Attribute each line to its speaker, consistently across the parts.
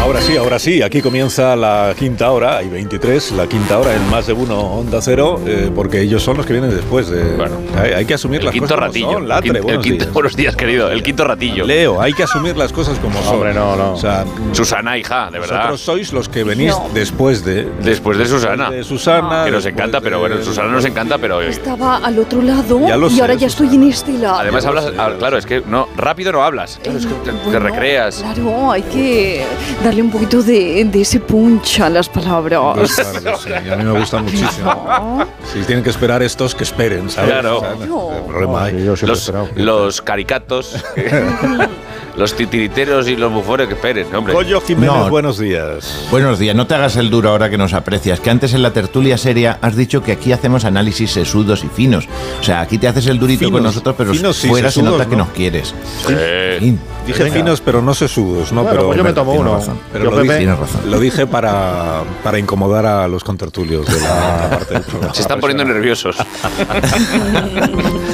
Speaker 1: Ahora sí, ahora sí, aquí comienza la quinta hora, hay 23, la quinta hora en más de uno Onda Cero, eh, porque ellos son los que vienen después. de-
Speaker 2: Bueno.
Speaker 1: hay, hay que asumir
Speaker 2: El
Speaker 1: las
Speaker 2: quinto
Speaker 1: cosas
Speaker 2: ratillo.
Speaker 1: como son. Latre,
Speaker 2: El quinto- el
Speaker 1: buenos
Speaker 2: quinto-
Speaker 1: días.
Speaker 2: buenos días, querido. El quinto ratillo.
Speaker 1: Leo, hay que asumir las cosas como son.
Speaker 3: Hombre, no, no.
Speaker 1: O sea,
Speaker 2: Susana, hija, Ah, de verdad.
Speaker 1: vosotros sois los que venís
Speaker 4: No.
Speaker 1: después de,
Speaker 2: Después de Susana.
Speaker 1: de Susana.
Speaker 2: Que nos
Speaker 1: después
Speaker 2: encanta, pero
Speaker 1: de- Este
Speaker 2: bueno, Susana nos encanta, pero. eh,
Speaker 4: Estaba al otro lado
Speaker 1: Ya lo
Speaker 4: y
Speaker 1: sé,
Speaker 4: ahora ya
Speaker 1: Susana.
Speaker 4: estoy en este lado.
Speaker 2: Además
Speaker 1: Ya lo
Speaker 2: hablas,
Speaker 1: sé, ya
Speaker 2: ah,
Speaker 1: lo
Speaker 2: claro,
Speaker 1: sé.
Speaker 2: es que no, rápido no hablas, claro, es que te,
Speaker 4: Eh,
Speaker 2: te
Speaker 4: bueno,
Speaker 2: recreas.
Speaker 4: Claro, hay que darle un poquito de, de ese punch a las
Speaker 1: Pues
Speaker 4: palabras.
Speaker 1: claro que sí, y a mí me gusta muchísimo. Si tienen que esperar estos, que esperen, ¿sabes?
Speaker 2: Claro.
Speaker 1: O sea, no,
Speaker 4: No.
Speaker 1: qué problema hay.
Speaker 3: yo siempre he
Speaker 2: Los,
Speaker 3: esperado.
Speaker 2: los caricatos, los titiriteros y los bufones que esperen, hombre.
Speaker 1: Goyo Jiménez,
Speaker 5: No.
Speaker 1: buenos días.
Speaker 5: Buenos días, no te hagas el duro ahora que nos aprecias, que antes en la tertulia seria has dicho que aquí hacemos análisis sesudos y finos. O sea, aquí te haces el durito
Speaker 1: Finos.
Speaker 5: con nosotros, pero
Speaker 1: Finos sí,
Speaker 5: fuera se
Speaker 1: sesudos,
Speaker 5: nota que
Speaker 1: ¿no?
Speaker 5: nos quieres.
Speaker 2: Sí.
Speaker 5: Sí.
Speaker 1: Dije
Speaker 3: Venga.
Speaker 1: finos, pero no sesudos, ¿no?
Speaker 3: Bueno,
Speaker 1: pero,
Speaker 3: pues yo me tomo
Speaker 5: tiene
Speaker 3: uno.
Speaker 5: razón.
Speaker 1: Pero
Speaker 3: yo,
Speaker 1: lo
Speaker 3: Pepe,
Speaker 1: dije,
Speaker 5: Tienes razón.
Speaker 1: lo dije para, para incomodar a los contertulios de la parte del programa.
Speaker 2: Se están poniendo nerviosos.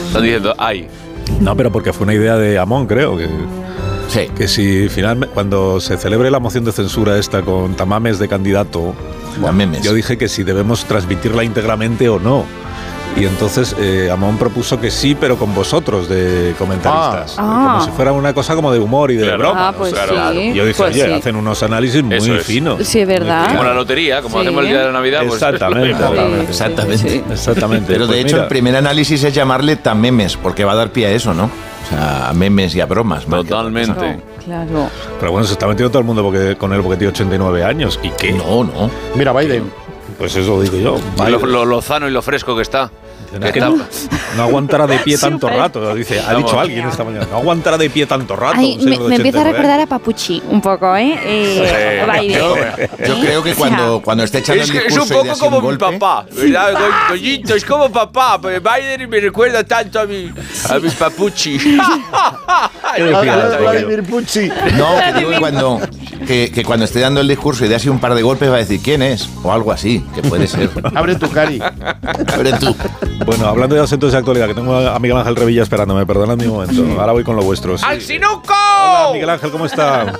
Speaker 2: están diciendo, ay,
Speaker 1: No, pero porque fue una idea de Amón, creo. Que,
Speaker 5: Sí.
Speaker 1: que si finalmente, cuando se celebre la moción de censura esta con tamames de candidato,
Speaker 5: A memes.
Speaker 1: yo dije que si debemos transmitirla íntegramente o no. Y entonces eh, Amón propuso que sí, pero con vosotros de comentaristas.
Speaker 4: Ah.
Speaker 1: Como si fuera una cosa como de humor y de
Speaker 2: Claro.
Speaker 1: broma.
Speaker 4: Ah, pues
Speaker 2: Claro.
Speaker 4: sí.
Speaker 1: Yo dije,
Speaker 4: pues
Speaker 1: oye,
Speaker 4: sí.
Speaker 1: hacen unos análisis muy
Speaker 2: Eso es.
Speaker 1: finos.
Speaker 4: Sí, ¿verdad?
Speaker 2: como la lotería, como
Speaker 4: Sí.
Speaker 2: hacemos el día de la Navidad, pues
Speaker 1: Exactamente.
Speaker 2: lo mismo.
Speaker 4: Sí, sí,
Speaker 5: Exactamente.
Speaker 4: sí.
Speaker 1: Exactamente.
Speaker 5: Pero de
Speaker 1: Pues
Speaker 5: hecho
Speaker 1: mira,
Speaker 5: el primer análisis es llamarle tamemes, porque va a dar pie a eso, ¿no? O sea, a memes y a bromas. más que otra cosa.
Speaker 2: Totalmente.
Speaker 4: Claro.
Speaker 1: Pero bueno, se está metiendo todo el mundo porque, con él porque tiene 89 años. ¿Y qué?
Speaker 5: No, no.
Speaker 3: mira, Biden.
Speaker 1: Pues eso digo yo. Vaya.
Speaker 2: Lo, lo lozano y lo fresco que está.
Speaker 1: Tendrá
Speaker 2: Que
Speaker 1: que- no,
Speaker 2: está-
Speaker 1: aguantará de pie tanto
Speaker 4: Súper.
Speaker 1: rato, dice. Ha
Speaker 2: Vamos.
Speaker 1: dicho alguien esta mañana. No aguantará de pie tanto rato.
Speaker 6: Ay,
Speaker 1: un
Speaker 6: me,
Speaker 1: señor de ¿eh?
Speaker 6: me empieza a
Speaker 1: 89
Speaker 6: recordar a Papuchi un poco, ¿eh? Eh,
Speaker 2: Sí.
Speaker 6: Biden.
Speaker 2: Yo-
Speaker 5: Yo
Speaker 6: ¿Eh?
Speaker 5: creo que
Speaker 6: O sea,
Speaker 5: cuando, cuando esté echando
Speaker 2: Es,
Speaker 5: el
Speaker 2: que es
Speaker 5: discurso
Speaker 2: un
Speaker 5: y dé
Speaker 2: poco
Speaker 5: así
Speaker 2: como mi
Speaker 5: golpe,
Speaker 2: papá, ¿verdad? Go- Goyito, es como papá, pues, pero Biden me recuerda tanto a, mi, a mis papuchi.
Speaker 1: decías, Goyo?
Speaker 3: Vladimir Pucci.
Speaker 5: No, que digo que cuando, que, que cuando esté dando el discurso y dé así un par de golpes va a decir quién es o algo así, que puede ser.
Speaker 3: Abre tu cari.
Speaker 5: Pero tú.
Speaker 1: Bueno, hablando de asuntos de actualidad, que tengo a Miguel Ángel Revilla esperándome, perdonad mi momento. Ahora voy con lo vuestro. sí. Hola, Miguel Ángel, ¿cómo está?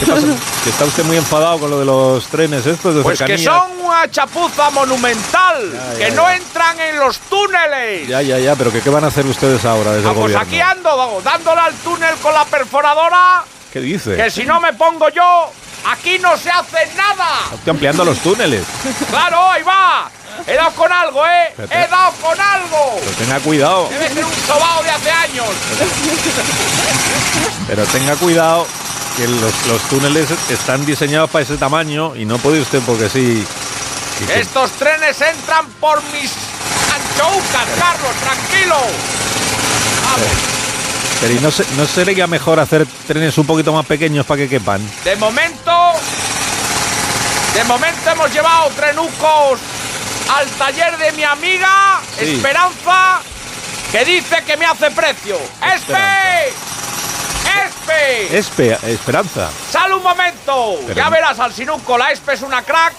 Speaker 1: ¿Qué pasa? Que está usted muy enfadado con lo de los trenes estos de
Speaker 2: Pues que
Speaker 1: cercanías.
Speaker 2: son una chapuza monumental,
Speaker 1: ya,
Speaker 2: que
Speaker 1: ya.
Speaker 2: no entran en los túneles.
Speaker 1: Ya, ya, ya, pero que, ¿qué van a hacer ustedes ahora desde
Speaker 2: Ah,
Speaker 1: el
Speaker 2: pues
Speaker 1: gobierno?
Speaker 2: aquí ando, vamos, dándole al túnel con la perforadora,
Speaker 1: ¿Qué dice?
Speaker 2: que si no me pongo yo, aquí no se hace nada.
Speaker 1: Está ampliando los túneles.
Speaker 2: claro, ahí va. He dado con algo, ¿eh?
Speaker 1: Espérate.
Speaker 2: He dado con algo.
Speaker 1: Pero tenga cuidado,
Speaker 2: Debe ser un sobao de hace años.
Speaker 1: pero tenga cuidado que los, los túneles están diseñados para ese tamaño y no puede usted porque sí. Y que-
Speaker 2: Estos trenes entran por mis anchoucas, Carlos, tranquilo. Vamos,
Speaker 1: Pero ¿y no, se- no sería mejor hacer trenes un poquito más pequeños para que quepan?
Speaker 2: de momento, de momento hemos llevado trenucos al taller de mi amiga
Speaker 1: Sí.
Speaker 2: Esperanza, que dice que me hace precio.
Speaker 1: Esperanza.
Speaker 2: ¡Espe! ¡Espe!
Speaker 1: Espe, esperanza.
Speaker 2: ¡Sal un momento!
Speaker 1: Pero-
Speaker 2: ya verás al sinuco, la ESPE es una crack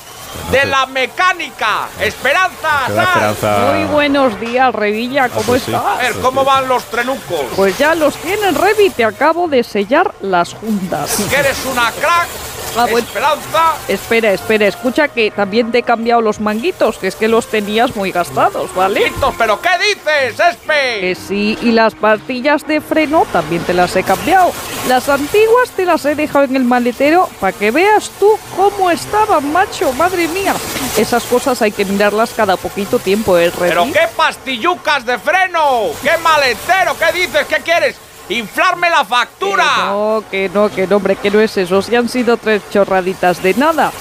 Speaker 2: de la mecánica. Esperanza,
Speaker 1: Te da
Speaker 2: sal.
Speaker 1: esperanza.
Speaker 4: Muy buenos días, Revilla,
Speaker 1: Ah,
Speaker 4: ¿cómo
Speaker 1: pues sí.
Speaker 2: A
Speaker 4: estás?
Speaker 2: ver, ¿cómo van los trenucos?
Speaker 4: Pues ya los tienen, Revi, te acabo de sellar las juntas.
Speaker 2: que eres una crack,
Speaker 4: Ah, bueno.
Speaker 2: Esperanza.
Speaker 4: Espera, espera, escucha que también te he cambiado los manguitos, que es que los tenías muy gastados, ¿vale?
Speaker 2: Listos, pero ¿qué dices, Espe?
Speaker 4: Que sí, y las pastillas de freno también te las he cambiado. Las antiguas te las he dejado en el maletero para que veas tú cómo estaban, macho, madre mía. Esas cosas hay que mirarlas cada poquito tiempo, ¿eh, Revi?
Speaker 2: Pero qué pastillucas de freno, qué maletero, ¿qué dices? ¿Qué quieres? ¡Inflarme la
Speaker 4: Que
Speaker 2: factura!
Speaker 4: Oh, no, que no, que no, hombre, que no es eso. Si han sido tres chorraditas de nada.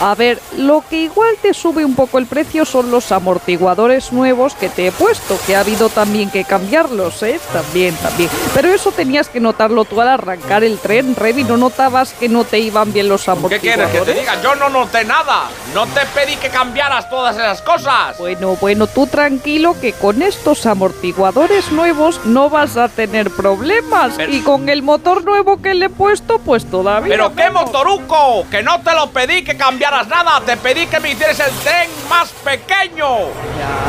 Speaker 4: A ver, lo que igual te sube un poco el precio son los amortiguadores nuevos que te he puesto, que ha habido también que cambiarlos, ¿eh? También, también. Pero eso tenías que notarlo tú al arrancar el tren, Revi, ¿no notabas que no te iban bien los
Speaker 2: ¿Qué
Speaker 4: amortiguadores?
Speaker 2: quieres que te diga? Yo no noté nada. No te pedí que cambiaras todas esas cosas.
Speaker 4: Bueno, bueno, tú tranquilo que con estos amortiguadores nuevos no vas a tener problemas.
Speaker 2: Pero-
Speaker 4: y con el motor nuevo que le he puesto, pues todavía.
Speaker 2: Pero qué
Speaker 4: menos.
Speaker 2: motoruco, que no te lo pedí que cambiaras nada, te pedí que me hicieras el tren más pequeño.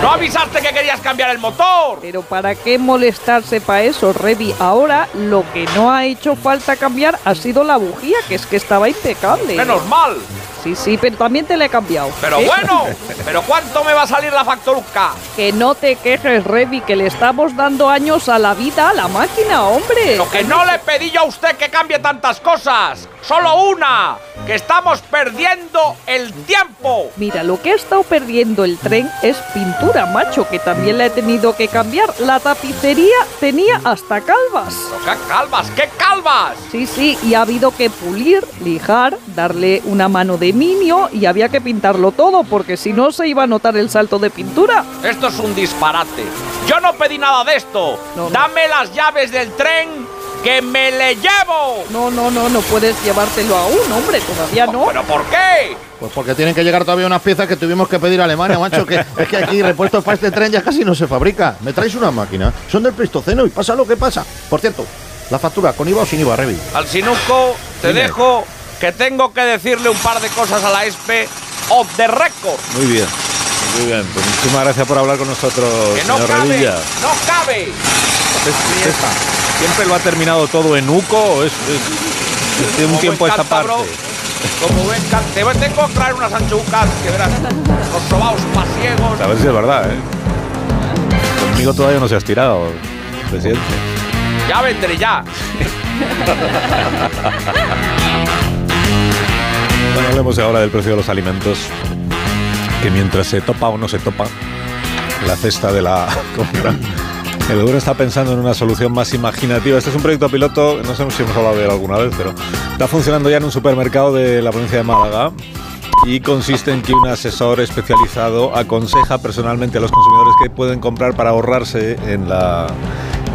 Speaker 2: No avisaste que querías cambiar el motor.
Speaker 4: Pero para qué molestarse para eso, Revi. Ahora lo que no ha hecho falta cambiar ha sido la bujía, que es que estaba impecable.
Speaker 2: Menos mal.
Speaker 4: Sí, sí, pero también te la he cambiado.
Speaker 2: Pero
Speaker 4: ¿eh?
Speaker 2: bueno, pero ¿cuánto me va a salir la factoruca?
Speaker 4: Que no te quejes, Revi, que le estamos dando años a la vida a la máquina, hombre.
Speaker 2: Lo que no le pedí yo a usted que cambie tantas cosas, solo una, que estamos perdiendo el tiempo.
Speaker 4: Mira, lo que ha estado perdiendo el tren es pintura, macho, que también la he tenido que cambiar. La tapicería tenía hasta calvas.
Speaker 2: ¡Qué calvas, qué calvas!
Speaker 4: Sí, sí, y ha habido que pulir, lijar, darle una mano de minio y había que pintarlo todo, porque si no se iba a notar el salto de pintura.
Speaker 2: Esto es un disparate. Yo no pedí nada de esto.
Speaker 4: No, no.
Speaker 2: Dame las llaves del tren que me le llevo.
Speaker 4: No, no, no, no puedes llevártelo aún, hombre, todavía no.
Speaker 2: ¿Pero por qué?
Speaker 3: Pues porque tienen que llegar todavía unas piezas que tuvimos que pedir a Alemania, macho. Que, es que aquí repuestos para este tren ya casi no se fabrica. Me traes una máquina. Son del Pleistoceno y pasa lo que pasa. Por cierto, la factura, ¿con IVA o sin IVA, Revi?
Speaker 2: Al sinuco te
Speaker 3: Dime.
Speaker 2: dejo que tengo que decirle un par de cosas a la ESPE off the record.
Speaker 1: Muy bien. Muy bien. Pues muchísimas gracias por hablar con nosotros,
Speaker 2: Que no
Speaker 1: Pues, señor
Speaker 2: cabe,
Speaker 1: Revilla.
Speaker 2: no cabe.
Speaker 1: Es- es- ¿Siempre lo ha terminado todo en Uco o es, es- es de un
Speaker 2: Como
Speaker 1: tiempo a
Speaker 2: buen
Speaker 1: esta parte?
Speaker 2: cántabro, Como buen can- te voy- tengo que traer unas anchucas que verás. Los sobaos pasiegos.
Speaker 1: A ver si es verdad, ¿eh? Conmigo todavía no se has tirado, presidente.
Speaker 2: Ya vendré ya.
Speaker 1: Bueno, hablemos ahora del precio de los alimentos, que mientras se topa o no se topa la cesta de la compra, el gobierno está pensando en una solución más imaginativa. Este es un proyecto piloto, no sé si hemos hablado de él alguna vez, pero está funcionando ya en un supermercado de la provincia de Málaga. Y consiste en que un asesor especializado aconseja personalmente a los consumidores qué pueden comprar para ahorrarse en la,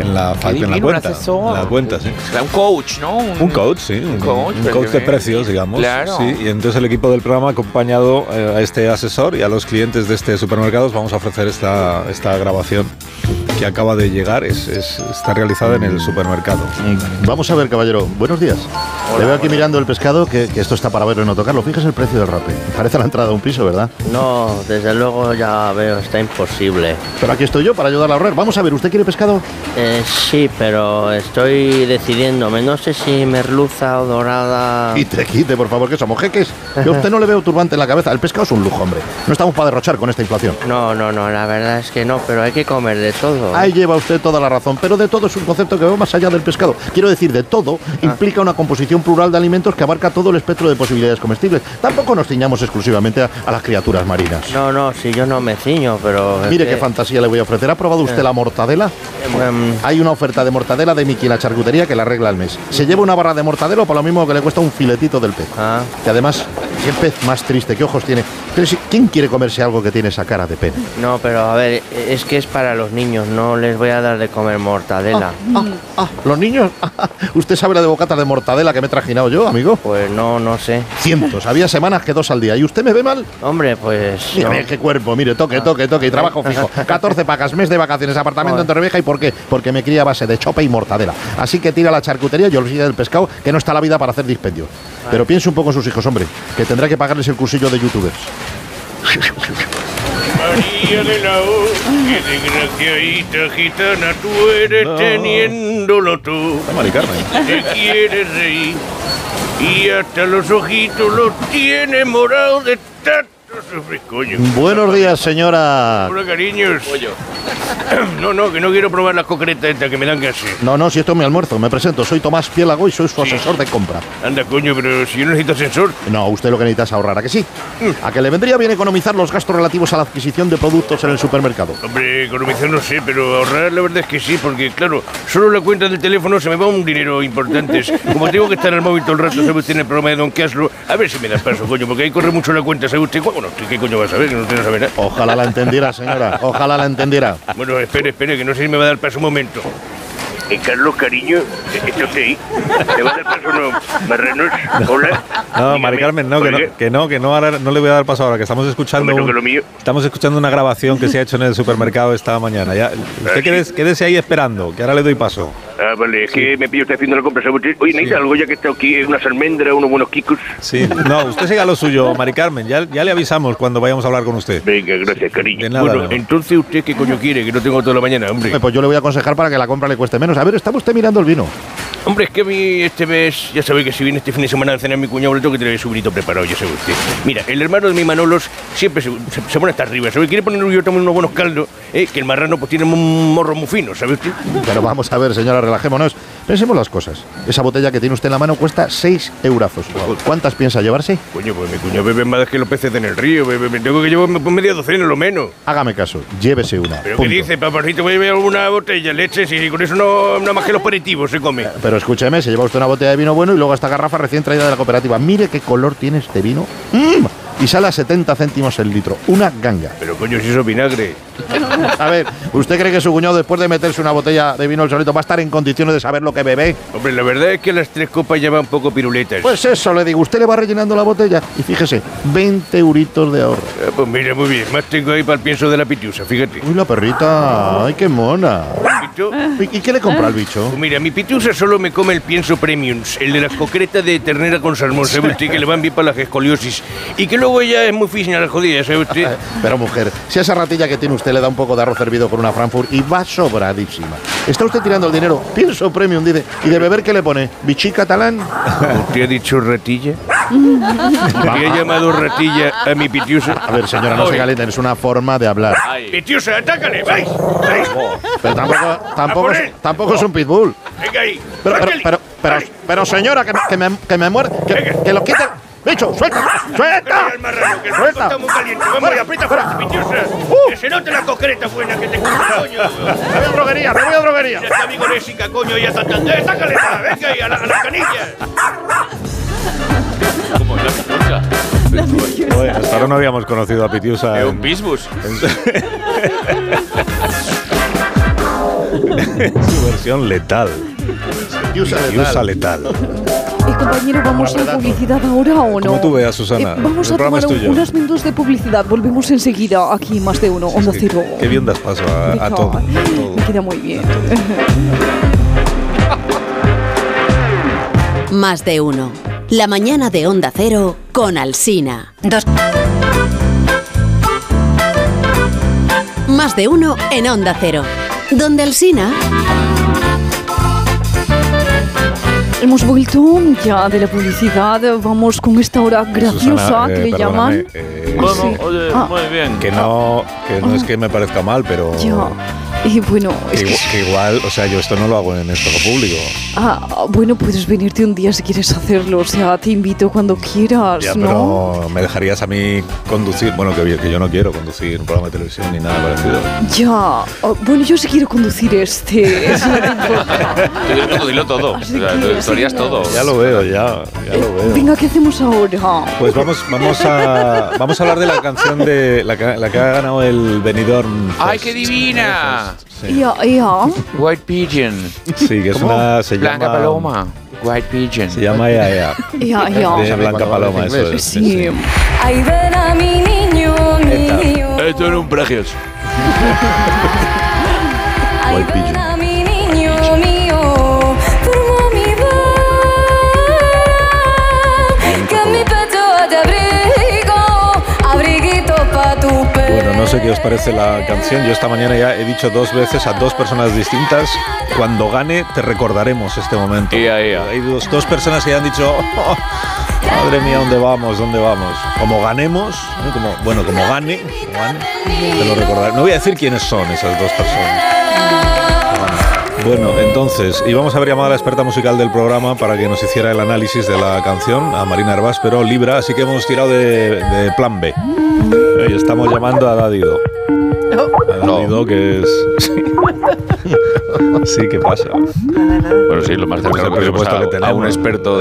Speaker 1: en la, fa- en la
Speaker 2: divino, un
Speaker 1: cuenta.
Speaker 2: asesor.
Speaker 1: en la cuenta, sí.
Speaker 2: Un coach, ¿no? Un,
Speaker 1: Un coach, sí, un,
Speaker 2: coach,
Speaker 1: un
Speaker 2: pero
Speaker 1: coach
Speaker 2: que
Speaker 1: de
Speaker 2: me-
Speaker 1: precios, digamos.
Speaker 2: Claro.
Speaker 1: Sí, y entonces el equipo del programa ha acompañado eh, a este asesor y a los clientes de este supermercado. Os vamos a ofrecer esta, esta grabación que acaba de llegar. Es, es- está realizada en el supermercado.
Speaker 3: Vamos a ver, caballero. Buenos días. Le veo aquí mirando el pescado, que, que esto está para verlo y no tocarlo. Fíjese el precio del rape. Parece la entrada de un piso, ¿verdad?
Speaker 7: No, desde luego ya veo, está imposible.
Speaker 3: Pero aquí estoy yo para ayudar a ahorrar. Vamos a ver, ¿usted quiere pescado?
Speaker 7: Eh, sí, pero estoy decidiéndome. No sé si merluza o dorada.
Speaker 3: Quite, quite, por favor, que somos jeques. Yo a usted no le veo turbante en la cabeza. El pescado es un lujo, hombre. No estamos para derrochar con esta inflación.
Speaker 7: No, no, no, la verdad es que no, pero hay que comer de todo.
Speaker 3: Ahí lleva usted toda la razón, pero de todo es un concepto que va más allá del pescado. Quiero decir, de todo
Speaker 7: Ah.
Speaker 3: implica una composición plural de alimentos que abarca todo el espectro de posibilidades comestibles. Tampoco nos ciñamos exclusivamente a, a las criaturas marinas.
Speaker 7: No, no, si yo no me ciño, pero. es
Speaker 3: Mire
Speaker 7: que- Eh.
Speaker 3: qué fantasía le voy a ofrecer. ¿Ha probado usted la mortadela?
Speaker 7: em,
Speaker 3: Hay una oferta de mortadela de Miki en la charcutería que la arregla al mes. Se lleva una barra de mortadelo para lo mismo que le cuesta un filetito del pez.
Speaker 7: Ah.
Speaker 3: Que además, qué pez más triste, qué ojos tiene. Pero si- ¿Quién quiere comerse algo que tiene esa cara de pena?
Speaker 7: no, pero a ver, es que es para los niños, no les voy a dar de comer mortadela.
Speaker 3: Ah, ah, los niños. Usted sabe la de bocatas de mortadela que me he trajinado yo, amigo.
Speaker 7: Pues no, no sé.
Speaker 3: Cientos. Había semanas que dos al día. ¿Y usted me ve mal?
Speaker 7: Hombre, pues.
Speaker 3: Mira,
Speaker 7: no. Ah.
Speaker 3: mira qué cuerpo, mire, toque, toque, toque y trabajo fijo. 14 pacas, mes de vacaciones, apartamento en Torrevieja. ¿Y por qué? Porque me cría a base de chope y mortadela. Así que tira la charcutería y olvida del pescado, que no está la vida para hacer dispendio. Pero piense un poco en sus hijos, hombre, que tendrá que pagarles el cursillo de youtubers.
Speaker 8: María de la O, qué desgraciadita gitana tú eres
Speaker 1: No.
Speaker 8: teniéndolo tú.
Speaker 1: Ah, Mari Carmen.
Speaker 8: Te quieres reír y hasta los ojitos los tiene morados de tanto sufres, coño.
Speaker 3: Buenos días, señora.
Speaker 8: Hola, cariños. No, no, que no quiero probar las concretas estas que me dan casi.
Speaker 3: No, no, si esto es mi almuerzo, me presento. Soy Tomás Piélago y soy su asesor de compra.
Speaker 8: Anda, coño, pero si yo no necesito ascensor.
Speaker 3: No, usted lo que necesita es ahorrar, ¿a que sí? ¿A que le vendría bien economizar los gastos relativos a la adquisición de productos en el supermercado?
Speaker 8: Hombre, economizar no sé, pero ahorrar la verdad es que sí, porque claro, solo la cuenta del teléfono se me va un dinero importante. Como tengo que estar al móvil todo el rato, sabe usted en el programa de Don Caslo, a ver si me das paso, coño, porque ahí corre mucho la cuenta, sabe usted. Bueno, usted ¿qué coño va a saber? Que no usted no sabe nada.
Speaker 3: Ojalá la entendiera, señora. Ojalá la entendiera.
Speaker 8: Bueno, espere, espere, que no sé si me va a dar paso un momento. Eh, Carlos, cariño, eh, ¿está usted ahí? ¿Le va a dar paso o no? Marranos, hola.
Speaker 1: No, Mari Carmen, no, que no, que no, que no, ahora, no le voy a dar paso ahora, que estamos escuchando
Speaker 8: Hombre, no,
Speaker 1: un-
Speaker 8: que lo mío.
Speaker 1: estamos escuchando una grabación que se ha hecho en el supermercado esta mañana. Ya, usted
Speaker 8: sí.
Speaker 1: quédese, quédese ahí esperando, que ahora le doy paso.
Speaker 8: Ah, vale, es que me pillo usted haciendo la compra, ¿sabe usted? Oye, necesita algo ya que está aquí, eh, unas almendras, unos buenos kikos.
Speaker 1: Sí, no, usted siga lo suyo, Mari Carmen, ya, ya le avisamos cuando vayamos a hablar con usted.
Speaker 8: Venga, gracias, cariño.
Speaker 1: De nada,
Speaker 8: bueno,
Speaker 1: Leo.
Speaker 8: entonces usted qué coño quiere, que no tengo toda la mañana, hombre.
Speaker 3: Pues yo le voy a aconsejar para que la compra le cueste menos. A ver, ¿estaba usted mirando el vino?
Speaker 8: Hombre, es que a mí este mes, ya sabéis que si viene este fin de semana a cenar mi cuñado, le tengo que tener su vinito preparado, ya sabe usted. Mira, el hermano de mi Manolos siempre se, se- se pone hasta arriba, ¿sabe? Quiere poner yo también unos buenos caldos, ¿eh? que el marrano pues tiene un morro muy fino, ¿sabe usted?
Speaker 3: Pero vamos a ver, señora, relajémonos. Pensemos las cosas. Esa botella que tiene usted en la mano cuesta 6 eurazos. ¿Cuántas piensa llevarse?
Speaker 8: Coño, pues mi cuñado bebe más que los peces en el río, bebe, me tengo que llevarme por media docena lo menos.
Speaker 3: Hágame caso, llévese una.
Speaker 8: ¿Pero
Speaker 3: Punto.
Speaker 8: qué dice, papacito? Voy a llevar una botella de leche, si con eso no, nada más que los aperitivos se come.
Speaker 3: Pero escúcheme, se lleva usted una botella de vino bueno y luego esta garrafa recién traída de la cooperativa. Mire qué color tiene este vino. ¡Mmm! Y sale a 70 céntimos el litro. Una ganga.
Speaker 8: Pero coño, si eso es vinagre.
Speaker 3: A ver, ¿usted cree que su cuñado, después de meterse una botella de vino el solito, va a estar en condiciones de saber lo que bebe?
Speaker 8: Hombre, la verdad es que las tres copas ya van un poco piruletas.
Speaker 3: Pues eso, le digo, usted le va rellenando la botella y fíjese, 20 euritos de ahorro.
Speaker 8: Ah, pues mira, muy bien. Más tengo ahí para el pienso de la pitiusa, fíjate.
Speaker 3: Uy, la perrita, ay, qué mona.
Speaker 8: Pito.
Speaker 3: ¿Y, y qué le compra al bicho?
Speaker 8: Pues mira, mi pitiusa solo me come el pienso premiums, el de las concretas de ternera con salmón, ¿sabe usted? Que le van bien para la escoliosis. Y que luego ella es muy fina la jodida, ¿sabe usted?
Speaker 3: Pero mujer, si a esa ratilla que tiene usted le da un poco de arroz hervido con una Frankfurt y va sobradísima. Está usted tirando el dinero, pienso premium, dice. ¿Y de beber qué le pone? ¿Bichí catalán?
Speaker 8: ¿Usted ha dicho ratilla? ¿Usted ha llamado ratilla a mi pitiusa?
Speaker 3: Ah. A ver, señora, no se calienten, es una forma de hablar.
Speaker 8: ¡Pitiusa, atácale! ¡Vais! ¡Vais!
Speaker 3: Pero tampoco, tampoco,
Speaker 8: ¡A por él!
Speaker 3: es, tampoco es un pitbull.
Speaker 8: ¡Venga ahí!
Speaker 3: Pero, pero,
Speaker 8: ¡Rácale!
Speaker 3: pero, pero,
Speaker 8: ¡Ay!
Speaker 3: pero, señora, que, me- que me, que me muerde, que, que lo quite. ¡Bicho, suelta! ¡Suelta!
Speaker 8: Venga, el marrano, que el
Speaker 3: ¡Suelta!
Speaker 8: marrano está muy caliente. Vamos,
Speaker 3: ¡Fuera!
Speaker 8: y aprieta fuerte, pitiusa.
Speaker 3: ¡Uh!
Speaker 8: Que se note la concreta buena que te gusta, coño.
Speaker 3: ¡Me voy a droguería, me voy a droguería!
Speaker 8: Ya está mi golésica, coño, ya está. ¡Eh, sácale! va, ¡Venga ahí, a la, a la canilla!
Speaker 1: Joder, hasta ahora no habíamos conocido a Pitiusa.
Speaker 9: Es
Speaker 1: en-
Speaker 9: un bisbus.
Speaker 1: Su versión letal. Pitiusa letal.
Speaker 4: Eh, compañero, ¿vamos a la publicidad ahora o no?
Speaker 1: Como tú veas, Susana.
Speaker 4: Eh, vamos
Speaker 1: El
Speaker 4: a
Speaker 1: programa
Speaker 4: tomar un-
Speaker 1: es tuyo.
Speaker 4: unos minutos de publicidad. Volvemos enseguida aquí, más de uno, Onda Cero.
Speaker 1: Qué bien das paso a, a
Speaker 4: Hija,
Speaker 1: todo. a todo.
Speaker 4: Me queda muy bien.
Speaker 10: Más de uno. La mañana de Onda Cero con Alsina. Más de uno en Onda Cero. Donde Alsina.
Speaker 4: Hemos vuelto ya de la publicidad. Vamos con esta hora graciosa ah,
Speaker 1: Susana, eh,
Speaker 4: que le
Speaker 1: perdóname,
Speaker 4: llaman.
Speaker 1: eh,
Speaker 9: Bueno,
Speaker 4: Sí.
Speaker 9: oye,
Speaker 4: Ah.
Speaker 9: muy bien.
Speaker 1: que no, que no es que me parezca mal, pero
Speaker 4: Ya. Y bueno,
Speaker 1: que,
Speaker 4: es que,
Speaker 1: igu- que igual, o sea, yo esto no lo hago en esto público.
Speaker 4: ah, bueno, puedes venirte un día si quieres hacerlo. O sea, te invito cuando quieras,
Speaker 1: Ya,
Speaker 4: ¿no?
Speaker 1: pero me dejarías a mí conducir, bueno, que, que yo no quiero conducir un programa de televisión ni nada parecido.
Speaker 4: Ya. Ah, bueno, yo sí quiero conducir este. eso no te importa.
Speaker 9: Yo creo que tú dilo todo. O sea,
Speaker 4: Así que-
Speaker 9: tú- tú harías todo.
Speaker 1: Ya lo veo, ya, ya lo veo.
Speaker 4: Venga, ¿qué hacemos ahora?
Speaker 1: Pues vamos, vamos a vamos a hablar de la canción de la, que- la que ha ganado el Benidorm.
Speaker 9: ¡Ay,
Speaker 1: Fest.
Speaker 9: qué divina!
Speaker 1: Sí,
Speaker 4: Ya, ya.
Speaker 9: White Pigeon.
Speaker 1: Sí, que es una se
Speaker 9: Blanca
Speaker 1: llama
Speaker 9: Paloma. White Pigeon.
Speaker 1: Se llama ya ya.
Speaker 4: Ya,
Speaker 11: Eh,
Speaker 1: De
Speaker 4: ya.
Speaker 1: Blanca
Speaker 3: cuando
Speaker 1: Paloma
Speaker 3: hablas
Speaker 1: eso.
Speaker 3: inglés.
Speaker 1: es,
Speaker 4: Sí.
Speaker 10: Ahí ven a mi niño,
Speaker 11: Eh,
Speaker 10: niño.
Speaker 9: Esto era un plagios.
Speaker 10: Ahí ven a mi niño mío. Forma mi bar. Que mi pecho te abrigo. Abriguito pa' tu pelo.
Speaker 1: Bueno, no sé sé qué os parece la canción. Yo esta mañana ya he dicho dos veces a dos personas distintas, cuando gane te recordaremos este momento. Hay dos, dos personas que ya han dicho, "Oh, oh, madre mía, ¿dónde vamos? ¿Dónde vamos? Como ganemos, ¿eh? como, bueno, como gane, como gane, te lo recordaré. No voy a decir quiénes son esas dos personas. Bueno, entonces íbamos a haber llamado a la experta musical del programa para que nos hiciera el análisis de la canción, a Marina Herbás, pero Libra, así que hemos tirado de, de plan B. Eh, Y estamos llamando a Dadido. A Dadido, que es. Sí. Sí, ¿qué pasa?
Speaker 9: Bueno, sí, lo más cercano que tenemos a, a un experto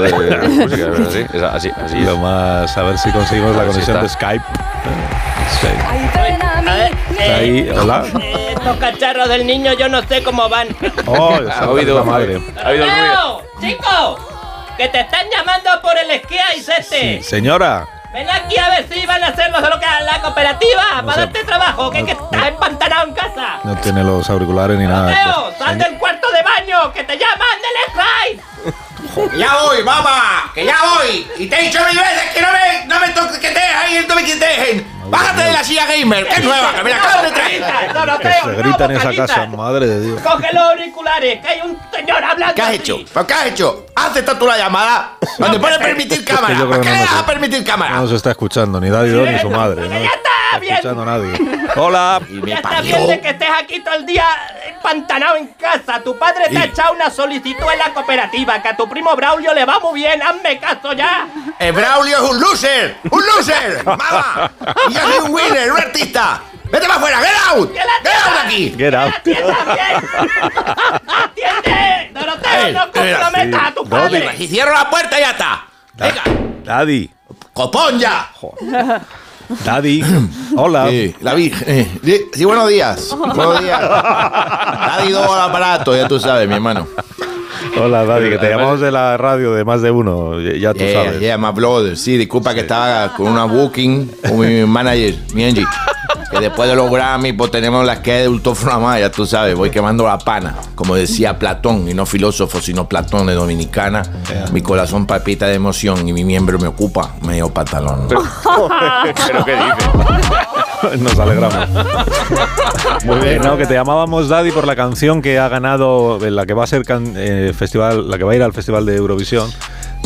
Speaker 9: de de música, ¿verdad? Sí, es así, así es.
Speaker 1: Lo más, a ver si conseguimos
Speaker 9: A
Speaker 1: la
Speaker 9: ver si
Speaker 1: conexión de
Speaker 9: está.
Speaker 1: Skype. Sí.
Speaker 12: A ver,
Speaker 1: Está ahí, hola.
Speaker 12: eh, estos cacharros del niño yo no sé cómo van.
Speaker 1: Oh, ha
Speaker 9: oído,
Speaker 1: madre.
Speaker 9: Ha habido algún ruido.
Speaker 12: ¡Leo! ¡Chico! ¡Que te están llamando por el esquí Aisete!
Speaker 1: Señora,
Speaker 12: Ven aquí a ver si van a hacernos lo que la cooperativa
Speaker 1: No
Speaker 12: para
Speaker 1: sé.
Speaker 12: darte trabajo, que, es que estás empantanado en casa.
Speaker 1: no tiene los auriculares ni nada.
Speaker 12: ¡Leo! ¡Sal del cuarto de baño! ¡Que te llaman del
Speaker 13: Que ya voy, mamá, que ya voy. Y te he dicho mil veces que no me, no me toques, que te dejen, no me dejen. Bájate de la silla gamer, que es nueva, que me la acaban de traer.
Speaker 12: No, no,
Speaker 1: Que
Speaker 12: Teo,
Speaker 1: se
Speaker 12: no,
Speaker 1: grita en esa
Speaker 12: bocadita.
Speaker 1: casa, madre de Dios.
Speaker 12: Coge los auriculares, que hay un señor hablando.
Speaker 13: ¿Qué has
Speaker 12: así.
Speaker 13: hecho? ¿Pero qué has hecho? ¿Has aceptado tú la llamada? Donde pone permitir
Speaker 1: Es que
Speaker 13: cámara.
Speaker 1: yo creo
Speaker 13: ¿Para
Speaker 1: que
Speaker 13: qué
Speaker 1: no
Speaker 13: le
Speaker 1: nos-
Speaker 13: vas a permitir cámara?
Speaker 1: No nos está escuchando ni Daddy Dog ni su madre. No está escuchando a nadie. Hola.
Speaker 12: Ya está bien de que estés aquí todo el día empantanado en casa. Tu padre te ha echado una solicitud en la cooperativa, que a tu primo Braulio le va muy bien. Hazme caso ya.
Speaker 13: El ¡Eh, Braulio es un loser, un loser, mamá. Y yo soy un winner, un artista. Vete para afuera, get out. Get out de aquí.
Speaker 1: Get out.
Speaker 12: ¡Atiende! ¡Doroteo, no comprometas a tu
Speaker 13: No,
Speaker 12: padre!
Speaker 13: diga, Y cierro la puerta y ya está. Venga,
Speaker 1: Daddy.
Speaker 13: copón ya.
Speaker 1: Daddy. Hola.
Speaker 5: la Virgen. eh, sí, sí, buenos días. Buenos días. Daddy Dog al aparato, ya tú sabes, mi hermano.
Speaker 1: Hola, Daddy, que te llamamos de la radio de más de uno. Ya tú
Speaker 5: Yeah,
Speaker 1: sabes.
Speaker 5: yeah, my brother. Sí, disculpa que estaba con una booking con mi manager, mi Angie. Que después de los Grammy, pues tenemos la que de Ultoframa, ya tú sabes, voy quemando la pana. Como decía Platón, y no filósofo, sino Platón de Dominicana. Mi corazón palpita de emoción y mi miembro me ocupa medio pantalón.
Speaker 8: ¿Pero qué dices?
Speaker 1: Nos alegramos. Muy bien. No, que te llamábamos Daddy por la canción que ha ganado, eh, la que va a ser can- eh, festival, la que va a ir al festival de Eurovisión,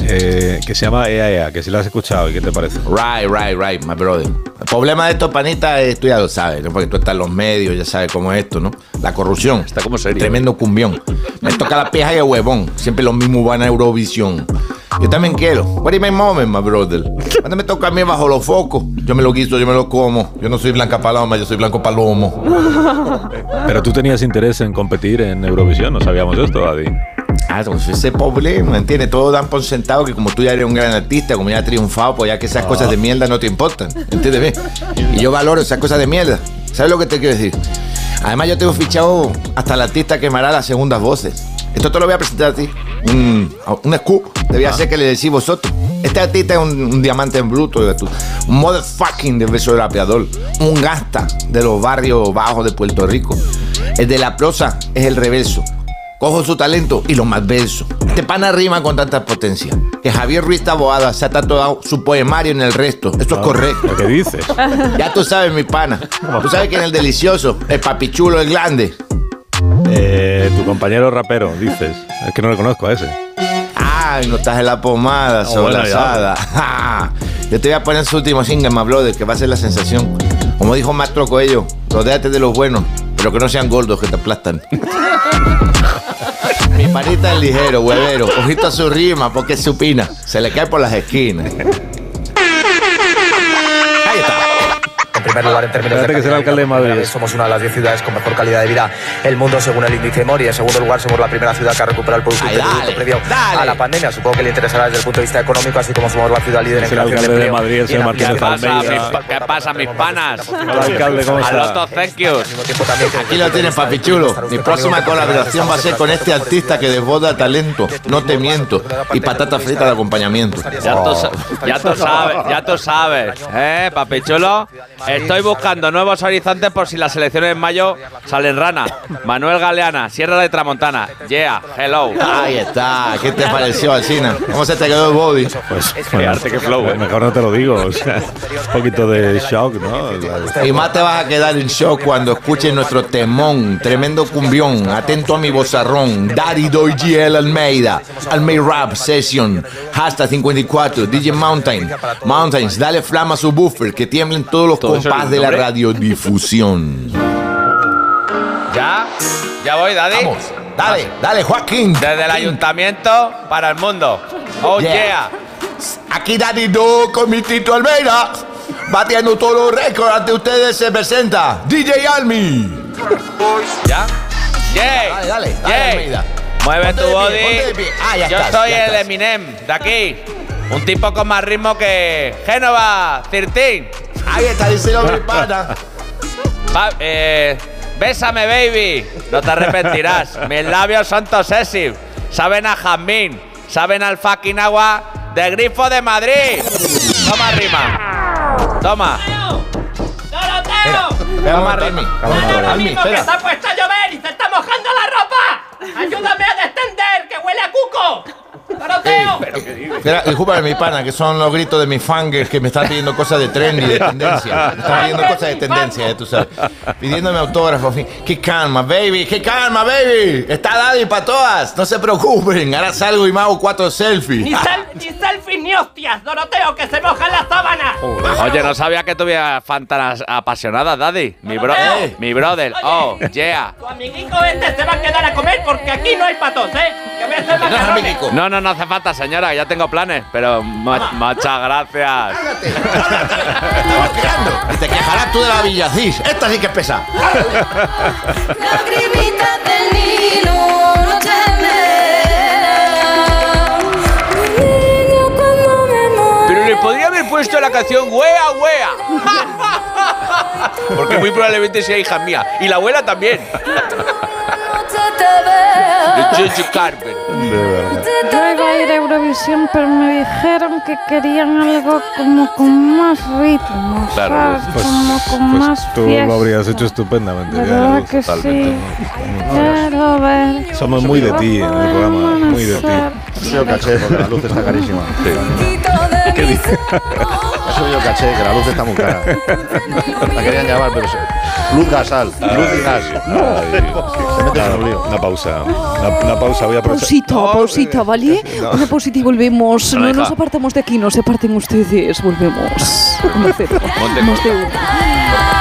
Speaker 1: eh, que se llama Ea Ea, que si la has escuchado y qué te parece.
Speaker 5: Right, right, right, my brother. El problema de estos panitas es, tú ya lo sabes, ¿no? porque tú estás en los medios, ya sabes cómo es esto, ¿no? La corrupción. Está como serio. ¿eh? Tremendo cumbión. Me toca la pija y el huevón. Siempre los mismos van a Eurovisión. Yo también quiero. What is my moment, my brother? Cuando me toca a mí bajo los focos, yo me lo guiso, yo me lo como. Yo no soy blanca paloma, yo soy blanco palomo.
Speaker 1: Pero tú tenías interés en competir en Eurovisión, no sabíamos esto, Daddy.
Speaker 5: Ah, pues ese problema, ¿entiendes? Todos dan por sentado que como tú ya eres un gran artista, como ya has triunfado, pues ya que esas cosas de mierda no te importan, ¿entiendes? Y yo valoro esas cosas de mierda. ¿Sabes lo que te quiero decir? Además, yo tengo fichado hasta el artista que me hará las segundas voces. Esto te lo voy a presentar a ti. Un, un scoop, debía ser que le decís vosotros. Este artista es un, un diamante en bruto, de tu- un motherfucking de beso de rapeador, un gasta de los barrios bajos de Puerto Rico. El de la prosa es el reverso. Cojo su talento y lo malverso. Este pana rima con tanta potencia. Que Javier Ruiz Taboada se ha tatuado su poemario en el resto. Esto es correcto.
Speaker 1: Ah, ¿Qué dices?
Speaker 5: Ya tú sabes, mi pana. Tú sabes que en el delicioso, el papichulo, el grande.
Speaker 1: Eh, tu compañero rapero, dices. Es que no le conozco a ese.
Speaker 5: Ay, no estás en la pomada,
Speaker 1: No, bueno, ya.
Speaker 5: sobrasada. Ja. Yo te voy a poner su último single, my brother, que va a ser la sensación. Como dijo Mastro Coello, rodéate de los buenos, pero que no sean gordos que te aplastan. Mi panita es ligero, huevero. Ojito a su rima, porque es supina. Se le cae por las esquinas.
Speaker 14: En primer lugar, en términos
Speaker 1: Espérate
Speaker 14: de
Speaker 1: que sea el alcalde de Madrid.
Speaker 14: somos una de las 10 ciudades con mejor calidad de vida del mundo según el índice Mori. En segundo lugar, somos la primera ciudad que ha recuperado el Producto Interno Bruto previo a la pandemia. Supongo que le interesará desde el punto de vista económico, así como somos la ciudad líder en
Speaker 1: Es el
Speaker 14: creación de
Speaker 1: alcalde de
Speaker 14: empleo.
Speaker 1: Madrid, el
Speaker 14: y en
Speaker 1: señor Martínez
Speaker 14: ampliar-
Speaker 1: Almeida.
Speaker 14: Almeida.
Speaker 1: ¿Qué
Speaker 9: pasa, mis panas?
Speaker 1: Hola, alcalde, ¿cómo
Speaker 9: A
Speaker 1: está?
Speaker 9: los dos thank yous.
Speaker 5: Aquí lo tienes, papi chulo. Mi próxima colaboración va a ser con este artista que desborda talento,
Speaker 14: Este
Speaker 5: no te miento, y patata frita de acompañamiento.
Speaker 9: Ya tú, sa- ya tú sabes, ya tú sabes, ¿eh, papi chulo?
Speaker 2: Estoy buscando nuevos horizontes por si las elecciones en mayo salen rana. Manuel Galeana, Sierra de Tramontana. Yeah, hello.
Speaker 5: Ahí está. Ah, ¿Qué te pareció, Alcina? ¿Cómo se te quedó el body?
Speaker 1: Pues, bueno,
Speaker 2: ¿eh?
Speaker 1: Mejor no te lo digo. o sea, un poquito de shock, ¿no?
Speaker 5: Y más te vas a quedar en shock cuando escuches nuestro temón, tremendo cumbión, atento a mi bozarrón, Daddy Doy GL Almeida, Almeida Rap Session, Hasta 54, DJ Mountain, Mountains, dale flama a su buffer, que tiemblen todos los
Speaker 2: ¿Todo eso
Speaker 5: compás
Speaker 2: es
Speaker 5: de la
Speaker 2: nombre?
Speaker 5: radiodifusión.
Speaker 2: Ya, ya voy, Daddy.
Speaker 5: Dale, dale, Joaquín.
Speaker 2: Desde el ayuntamiento para el mundo. Oh
Speaker 5: Yeah.
Speaker 2: yeah.
Speaker 5: Aquí Daddy Do con mi Tito Almeida, batiendo todos los récords ante ustedes se presenta DJ Almi.
Speaker 2: ¿Ya? Yeah.
Speaker 5: Dale, dale, dale,
Speaker 2: Yeah.
Speaker 5: Almeida.
Speaker 2: Mueve
Speaker 5: Ponte
Speaker 2: tu
Speaker 5: de pie,
Speaker 2: body.
Speaker 5: ponte de pie. Ah, ya
Speaker 2: Yo
Speaker 5: estás,
Speaker 2: soy
Speaker 5: ya
Speaker 2: el
Speaker 5: estás.
Speaker 2: Eminem de aquí. Un tipo con más ritmo que Génova 13.
Speaker 5: Ahí está, dice el hombre pana.
Speaker 2: Va- eh, bésame, baby. No te arrepentirás. Mis labios son tosesivos. Saben a jazmín. Saben al fucking agua de Grifo de Madrid. Toma rima. Toma.
Speaker 13: Eh,
Speaker 12: ¡Doroteo!
Speaker 2: Toma rima.
Speaker 12: ¡Amigo, que se ha puesto a llover y se está mojando la ropa! ¡Ayúdame a descender, que huele a cuco! ¡Doroteo!
Speaker 5: Espera, discúlpame, mi pana, que son los gritos de mis fangers que me están pidiendo cosas de trendy, de tendencia. Me están pidiendo cosas de tendencia, ya tú sabes. Pidiéndome autógrafos. en fin. Qué calma, baby, qué calma, baby. Está Daddy para todas. No se preocupen. Ahora salgo y me hago cuatro selfies.
Speaker 12: Ni, sel- ni selfies ni hostias, Doroteo, que se mojan las sábanas.
Speaker 2: Oye, no sabía que tuvieras fantanas apasionadas, Daddy. Mi, bro
Speaker 12: Eh.
Speaker 2: mi brother. Oh, yeah.
Speaker 12: Tu amiguito este se va a quedar a comer porque aquí no hay patos, ¿eh? Que me hacen macarrones.
Speaker 2: No, no, no hace falta, señora. Ya tengo planes. Pero ma- muchas gracias.
Speaker 5: Y te quejarás tú de la Villacís. Esta sí que es pesada.
Speaker 10: Lagrimitas del Nilo, no temerán. Niño, cuando me muera.
Speaker 2: Pero le podría haber puesto la canción Wea Wea. Porque muy probablemente sea hija mía. Y la abuela también.
Speaker 10: Se te
Speaker 2: De
Speaker 10: vea.
Speaker 2: Chuchu Carver.
Speaker 15: Yo iba a ir a Eurovisión, pero me dijeron que querían algo como con más ritmo,
Speaker 1: Claro,
Speaker 15: ¿sabes?
Speaker 1: pues-
Speaker 15: como con más
Speaker 1: Tú
Speaker 15: fiesta.
Speaker 1: lo habrías hecho estupendamente.
Speaker 15: ¿Verdad
Speaker 1: ya,
Speaker 15: que
Speaker 1: totalmente.
Speaker 15: Quiero ver
Speaker 1: Somos muy de ti en el programa, ¿eh? muy de ti.
Speaker 3: Soy yo caché, porque la luz está carísima.
Speaker 1: ¿Qué dices?
Speaker 3: Soy yo caché, que la luz está muy cara. La querían llamar, pero se- Luz gasal, luz y gas.
Speaker 1: Nada, Una pausa. Una, una pausa, voy a aprovechar.
Speaker 16: Pausita, pausita, ¿vale?
Speaker 1: No.
Speaker 16: Una pausita y volvemos.
Speaker 1: No,
Speaker 16: No
Speaker 1: hija.
Speaker 16: nos apartamos de aquí, no se aparten ustedes. Volvemos. Mercedes.
Speaker 10: Monte
Speaker 16: Más de uno.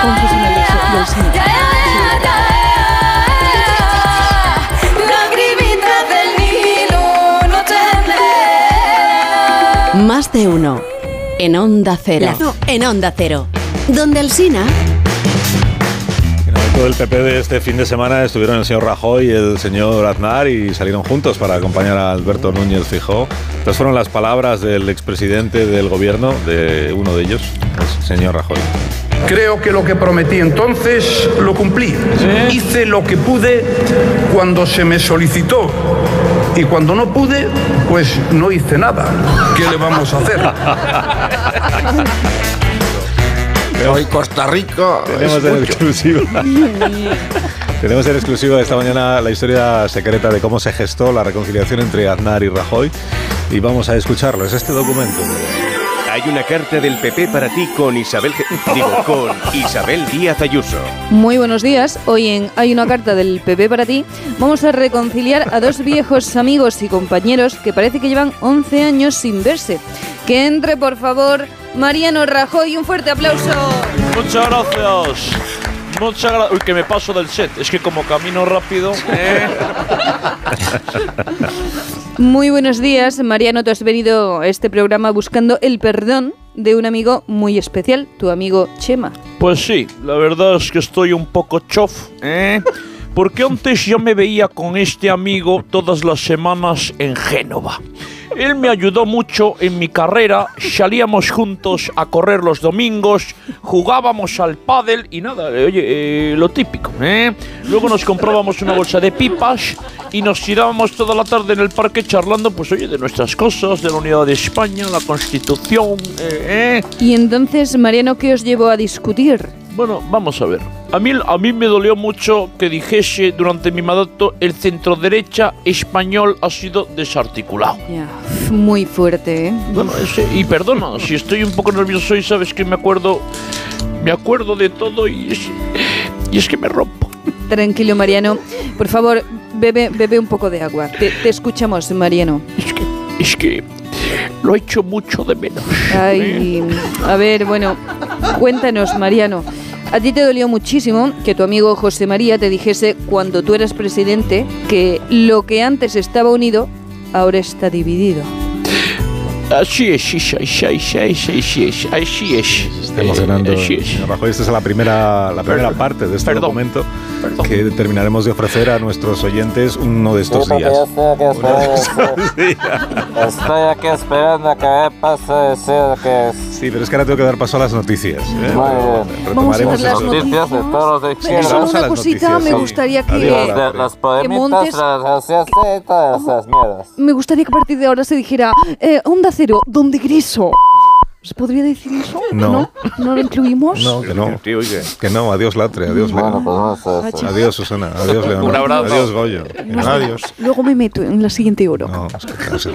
Speaker 16: Con Susana Alonso y Alsina.
Speaker 10: Lagrimitas del Nilo, no temerán.
Speaker 17: Más de uno. En Onda Cero.
Speaker 10: No.
Speaker 17: En Onda Cero. Donde Alsina.
Speaker 1: Todo el PP de este fin de semana estuvieron el señor Rajoy y el señor Aznar y salieron juntos para acompañar a Alberto Núñez Fijó. Estas fueron las palabras del expresidente del gobierno, de uno de ellos, el señor Rajoy.
Speaker 18: Creo que lo que prometí entonces lo cumplí. Hice lo que pude cuando se me solicitó. Y cuando no pude, pues no hice nada. ¿Qué le vamos a hacer?
Speaker 5: Hoy Costa Rica.
Speaker 1: Tenemos en exclusiva. Tenemos en exclusiva esta mañana la historia secreta de cómo se gestó la reconciliación entre Aznar y Rajoy y vamos a escucharlo. Es este documento.
Speaker 19: Hay una carta del PP para ti con Isabel, Ge- digo, con Isabel Díaz Ayuso.
Speaker 15: Muy buenos días. Hoy en Hay una carta del PP para ti. Vamos a reconciliar a dos viejos amigos y compañeros que parece que llevan 11 años sin verse. Que entre, por favor, Mariano Rajoy. Un fuerte aplauso.
Speaker 11: Muchas gracias. Muchas gracias. Uy, que me paso del set. Es que como camino rápido.
Speaker 15: Muy buenos días, Mariano. Tú has venido a este programa buscando el perdón de un amigo muy especial, tu amigo Chema.
Speaker 11: Pues sí, la verdad es que estoy un poco chof. ¿eh? Porque antes yo me veía con este amigo todas las semanas en Génova. Él me ayudó mucho en mi carrera, salíamos juntos a correr los domingos, jugábamos al pádel y nada, eh, oye, eh, lo típico, ¿eh? Luego nos comprábamos una bolsa de pipas y nos tirábamos toda la tarde en el parque charlando, pues oye, de nuestras cosas, de la unidad de España, la Constitución, eh, eh.
Speaker 15: Y entonces, Mariano, ¿qué os llevó a discutir?
Speaker 11: Bueno, vamos a ver. A mí, a mí me dolió mucho que dijese durante mi mandato el centro derecha español ha sido desarticulado.
Speaker 15: Ya, f- muy fuerte, ¿eh?
Speaker 11: Bueno, ese- y perdona, si estoy un poco nervioso y sabes que me acuerdo, me acuerdo de todo y es, y es que me rompo.
Speaker 15: Tranquilo, Mariano. Por favor, bebe, bebe un poco de agua. Te, te escuchamos, Mariano.
Speaker 11: Es que lo he hecho mucho de menos. ¿Eh?
Speaker 15: Ay, a ver, bueno, cuéntanos, Mariano. A ti te dolió muchísimo que tu amigo José María te dijese cuando tú eras presidente que lo que antes estaba unido ahora está dividido.
Speaker 11: Así es, sí, sí, sí, sí, sí, sí, sí, así es.
Speaker 1: Está emocionando.
Speaker 11: Eh, así
Speaker 1: eh,
Speaker 11: es.
Speaker 1: señor Rajoy, esta es la primera, la primera parte de este documento que terminaremos de ofrecer a nuestros oyentes uno de estos días.
Speaker 20: Estoy aquí esperando que me pase a decir que es.
Speaker 1: Sí, pero es que ahora tengo que dar paso a las noticias. ¿eh?
Speaker 20: Muy bien.
Speaker 1: Retomaremos eso.
Speaker 20: de todos los de
Speaker 1: Venga, solo
Speaker 20: izquierda.
Speaker 1: una Vamos a las cosita, noticias, me sí. gustaría que- Adiós,
Speaker 20: Las-
Speaker 1: Rafa.
Speaker 20: las
Speaker 15: montes-
Speaker 20: podemitas, las gracias y todas esas mierdas.
Speaker 16: Me gustaría que a partir de ahora se dijera eh, Onda Cero, donde griso. ¿Se podría decir eso?
Speaker 1: No.
Speaker 16: ¿No, ¿No lo incluimos?
Speaker 1: No, que no. Que no, adiós Latre, adiós León.
Speaker 20: pues
Speaker 1: Adiós Susana, adiós León.
Speaker 16: Un abrazo.
Speaker 1: Adiós Goyo. Adiós.
Speaker 16: Luego me meto en la siguiente hora.
Speaker 1: No, es que claro, sí.